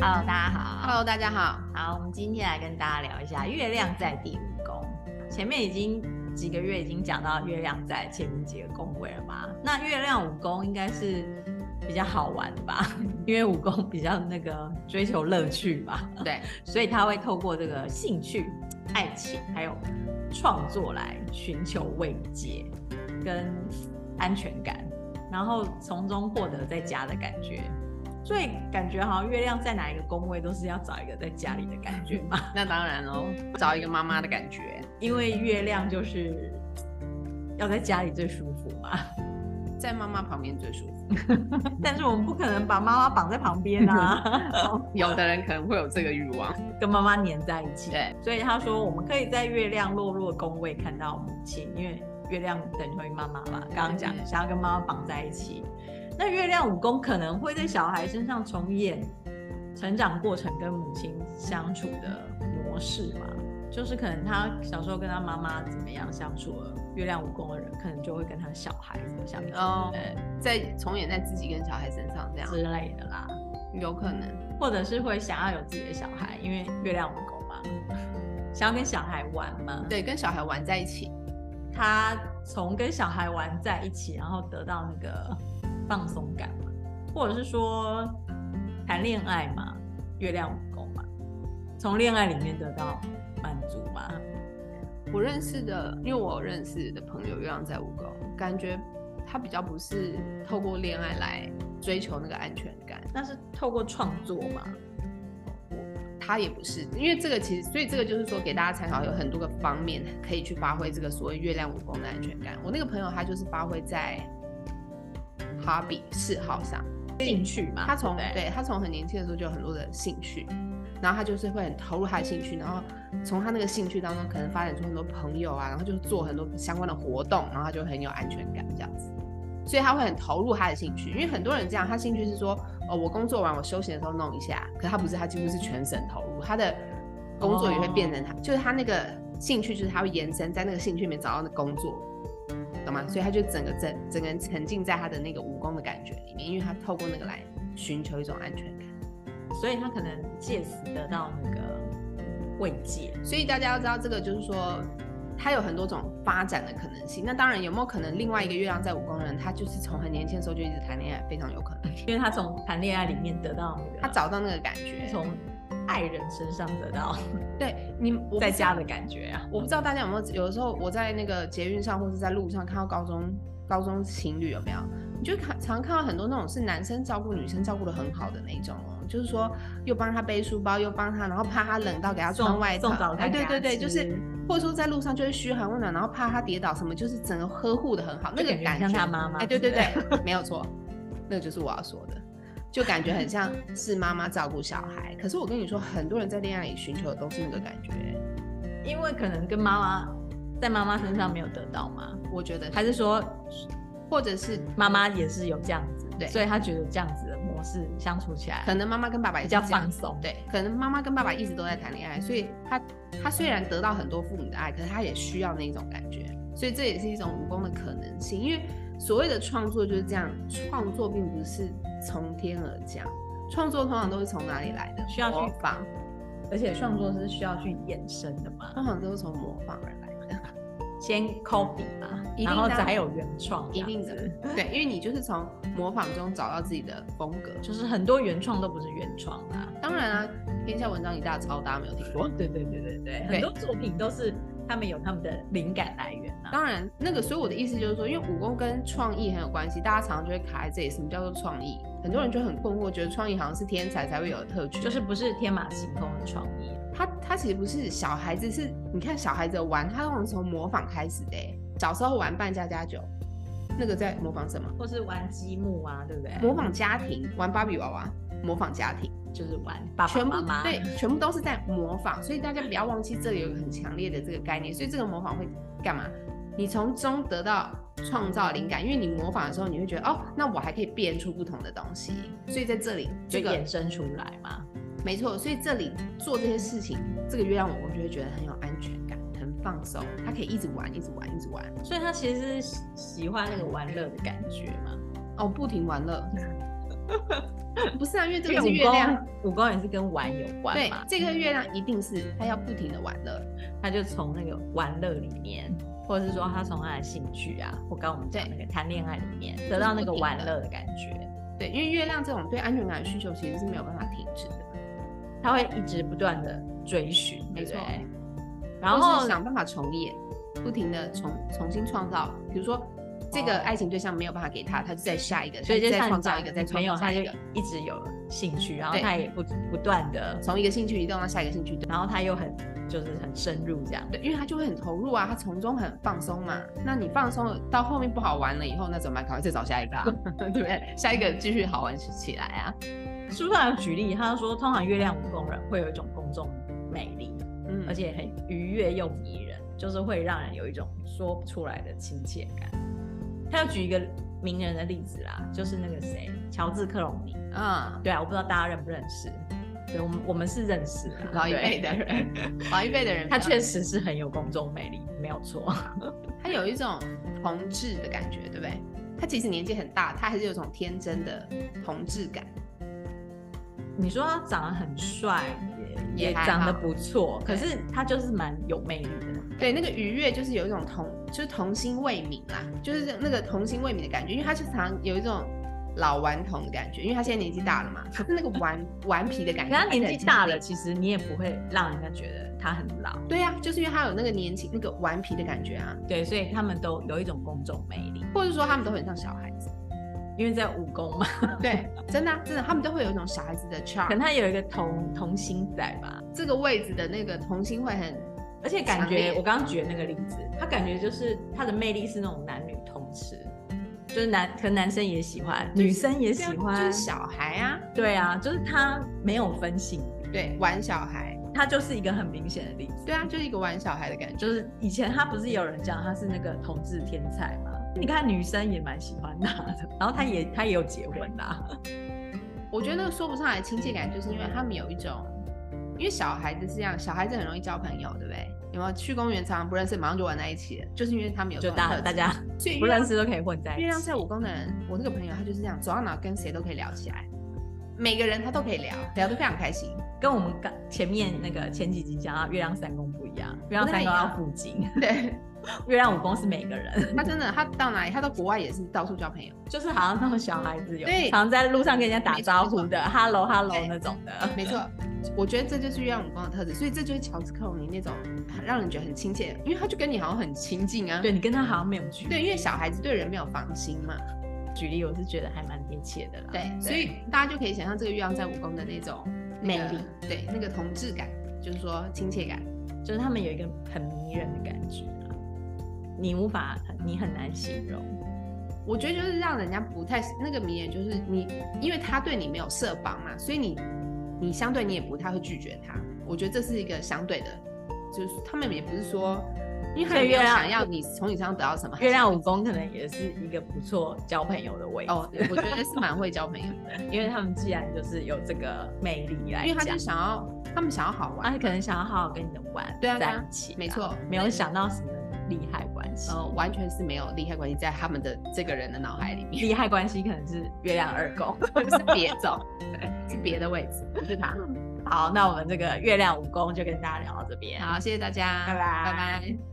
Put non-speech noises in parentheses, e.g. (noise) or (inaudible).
Hello，大家好。 Hello，大家好。好，我们今天来跟大家聊一下月亮在第五宫。前面已经几个月已经讲到月亮在前面几个宫位了嘛，那月亮五宫应该是比较好玩的吧？ (laughs) 因为五宫比较那个追求乐趣嘛，对， (laughs) 所以他会透过这个兴趣、爱情还有创作来寻求慰藉跟安全感，然后从中获得在家的感觉。所以感觉好像月亮在哪一个宫位都是要找一个在家里的感觉嘛， (laughs) 那当然喽，找一个妈妈的感觉，因为月亮就是要在家里最舒服嘛。 (laughs) 在妈妈旁边最舒服。但是我们不可能把妈妈绑在旁边啊， (laughs) 有的人可能会有这个欲望，跟妈妈黏在一起。对，所以他说，我们可以在月亮落入的宫位看到母亲，因为月亮等于妈妈嘛，刚刚讲嗯想要跟妈妈绑在一起。那月亮五宫可能会在小孩身上重演成长过程跟母亲相处的模式嘛，就是可能他小时候跟他妈妈怎么样相处了，月亮五宫的人可能就会跟他小孩怎么相处、哦对在重演在自己跟小孩身上这样，之类的啦，有可能。或者是会想要有自己的小孩，因为月亮五宫嘛， (laughs) 想要跟小孩玩嘛。对，跟小孩玩在一起，他从跟小孩玩在一起，然后得到那个放松感嘛，或者是说谈恋爱嘛，月亮五宫嘛，从恋爱里面得到满足嘛，我认识的，因为我认识的朋友月亮在五宫，感觉他比较不是透过恋爱来追求那个安全感，那是透过创作嘛，他也不是，因为这个其实，所以这个就是说给大家参考，有很多个方面可以去发挥这个所谓月亮武功的安全感。我那个朋友他就是发挥在 hobby 嗜好上，兴趣嘛。他从啊对不对对他从很年轻的时候就有很多的兴趣，然后他就是会很投入他的兴趣，然后从他那个兴趣当中可能发展出很多朋友啊，然后就做很多相关的活动，然后他就很有安全感这样子。所以他会很投入他的兴趣，因为很多人这样，他兴趣是说，哦，我工作完我休闲的时候弄一下，可他不是，他几乎是全神投入，他的工作也会变成他，就是他那个兴趣，就是他会延伸在那个兴趣里面找到那工作，懂吗？所以他就整个整整个人沉浸在他的那个武功的感觉里面，因为他透过那个来寻求一种安全感。所以他可能借此得到那个慰藉。所以大家要知道，这个就是说，它有很多种发展的可能性。那当然，有没有可能另外一个月亮在五宫的人，他就是从很年轻的时候就一直谈恋爱，非常有可能。因为他从谈恋爱里面得到那个，他找到那个感觉，从爱人身上得到对你我不在知家道的感觉啊。我不知道大家有没有，有的时候我在那个捷运上或是在路上看到高中高中情侣有没有？你就看常看到很多那种是男生照顾女生照顾的很好的那一种哦，就是说又帮他背书包，又帮他，然后怕他冷到给他穿送外套送早，餐哎，对给他对对，吃就是或者说在路上就是嘘寒问暖，然后怕他跌倒什么，就是整个呵护的很好，那个就感很觉像他妈妈。哎，对对对，没有错，那个就是我要说的，就感觉很像是妈妈照顾小孩。可是我跟你说，很多人在恋爱里寻求的都是那个感觉，因为可能跟妈妈在妈妈身上没有得到嘛，我觉得还是说或者是妈妈也是有这样子，对所以她觉得这样子的模式相处起来可能妈妈跟爸爸也比是较这样放松。对，可能妈妈跟爸爸一直都在谈恋爱，所以他他虽然得到很多父母的爱，可是他也需要那一种感觉，所以这也是一种武功的可能性。因为所谓的创作就是这样，创作并不是从天而降，创作通常都是从哪里来的？需要去模仿，而且创作是需要去衍生的嘛，通常都是从模仿而来的，先 copy 嘛，一定然后的啊才有原创，一定的。这样子。对，因为你就是从模仿中找到自己的风格。就是很多原创都不是原创啦，当然啊，天下文章一大抄，大家没有听过。对对对对对，很多作品都是他们有他们的灵感来源啊。当然，那个，所以我的意思就是说，因为武功跟创意很有关系，大家常常就会卡在这里。什么叫做创意？很多人就很困惑，觉得创意好像是天才才会有的特权，就是不是天马行空的创意，他他其实不是小孩子是，你看小孩子玩，他通常从模仿开始的欸。小时候玩扮家家酒，那个在模仿什么？或是玩积木啊，对不对？模仿家庭，玩芭比娃娃，模仿家庭，就是玩爸爸全部妈妈，对，全部都是在模仿。所以大家不要忘记，这里有一个很强烈的这个概念。所以这个模仿会干嘛？你从中得到创造灵感，因为你模仿的时候，你会觉得哦，那我还可以变出不同的东西。所以在这里，就这个衍生出来嘛。没错，所以这里做这些事情，这个月亮我就会觉得很有安全感，很放松，它可以一直玩，一直玩，一直玩，所以他其实是喜喜欢那个玩乐的感觉嘛。哦，不停玩乐。 (laughs) 不是啊，因为这因个为是武月亮，功，武功也是跟玩有关对嘛，，这个月亮一定是他要不停的玩乐，他就从那个玩乐里面，或者是说他从他的兴趣啊，或刚刚我们讲那个谈恋爱里面得到那个玩乐的感觉，对，因为月亮这种对安全感的需求其实是没有办法停止的，他会一直不断的追寻，对没不错对？然或后是想办法重演，不停的重重新创造，比如说。这个哦爱情对象没有办法给他，他就在下一个，所以他就再像创你造讲一个，再创没有，造他下就一个，一直有兴趣，然后对他也不不断的，从一个兴趣移动到下一个兴趣，对然后他又很就是很深入这样。对，因为他就会很投入啊，他从中很放松嘛。那你放松了到后面不好玩了以后，那怎么办？赶快再找下一个、啊， (laughs) 对不对？下一个继续好玩起来啊。书上有举例，他说通常月亮五宫人会有一种公众魅力，嗯而且很愉悦又迷人，就是会让人有一种说不出来的亲切感。他要举一个名人的例子啦，就是那个谁，乔治克隆尼。嗯，对啊，我不知道大家认不认识。对我们我们是认识的啦老一对辈的人，老一辈的人比较，他确实是很有公众魅力，没有错。他有一种童稚的感觉，对不对？他其实年纪很大，他还是有一种天真的童稚感。你说他长得很帅，也也还好长得不错，可对是他就是蛮有魅力的。对，那个愉悦就是有一种童，就是童心未泯啦，就是那个童心未泯的感觉，因为他就常有一种老顽童的感觉，因为他现在年纪大了嘛，可是那个顽顽皮的感可 (laughs) 觉，他年纪大了，。其实你也不会让人家觉得他很老。对呀、就是因为他有那个年轻、那个顽皮的感觉啊，对，所以他们都有一种公众魅力，或者说他们都很像小 (laughs) 孩子。因为在武功 (laughs) 嘛，对，真的啊、真的，他们都会有一种小孩子的可能 charm，他有一个童童心在吧。这个位置的那个童心会很而且感强烈觉我刚刚举的那个例子，他感觉就是他的魅力是那种男女通吃，就是男可能男生也喜欢，女生也喜对啊欢就是，小孩啊，对啊，就是他没有分性别，对，玩小孩，他就是一个很明显的例子。对啊，就是一个玩小孩的感觉。就是以前他不是有人讲他是那个同志天才吗？你看女生也蛮喜欢他的，然后他也他也有结婚啦，我觉得说不上来亲切感，就是因为他们有一种，因为小孩子是这样，小孩子很容易交朋友，对不对？有没有去公园常常不认识，马上就玩在一起了，就是因为他们有这就种大特大质家 (laughs) 所以不月亮认识都可以混在一月亮起。在武功的人，我那个朋友他就是这样，走到哪跟谁都可以聊起来，每个人他都可以聊，聊得非常开心。 (laughs) 跟我们刚前面那个前几集讲到月亮三宫不一样，月亮三宫要附近，嗯对 (laughs) 月亮五宫是每个人， (laughs) 他真的，他到哪里，他到国外也是到处交朋友，就是好像那种小孩子有对常在路上跟人家打招呼的，hello hello 对那种的。没错。我觉得这就是月亮武功的特质，所以这就是乔治克隆尼那种很让人觉得很亲切，因为他就跟你好像很亲近啊。对你跟他好像没有距离。对，因为小孩子对人没有防心嘛。举例我是觉得还蛮贴切的啦。对，所以大家就可以想象这个月亮在武功的那种那个魅力，对那个同志感，就是说亲切感。就是他们有一个很迷人的感觉啊，你无法，你很难形容。嗯我觉得就是让人家不太那个迷人，就是你，因为他对你没有设防嘛，所以你你相对你也不太会拒绝他。我觉得这是一个相对的，就是他们也不是说，因为他所以也没有月亮想要你从你身上得到什么。月亮武功可能也是一个不错交朋友的位置，哦，对我觉得是蛮会交朋友 (laughs) 的，因为他们既然就是有这个魅力来因为他讲啊就，想要他们想要好玩，他可能想要好好跟你的玩对啊对在啊一起，没，错，没有想到什么利害关系。呃，完全是没有利害关系在他们的这个人的脑海里 (laughs) 面。 (laughs) 利害关系可能是月亮二宫。 (laughs) 是别走，是别的位置，不是他。嗯好，那我们这个月亮武功就跟大家聊到这边，好，谢谢大家，拜拜拜拜。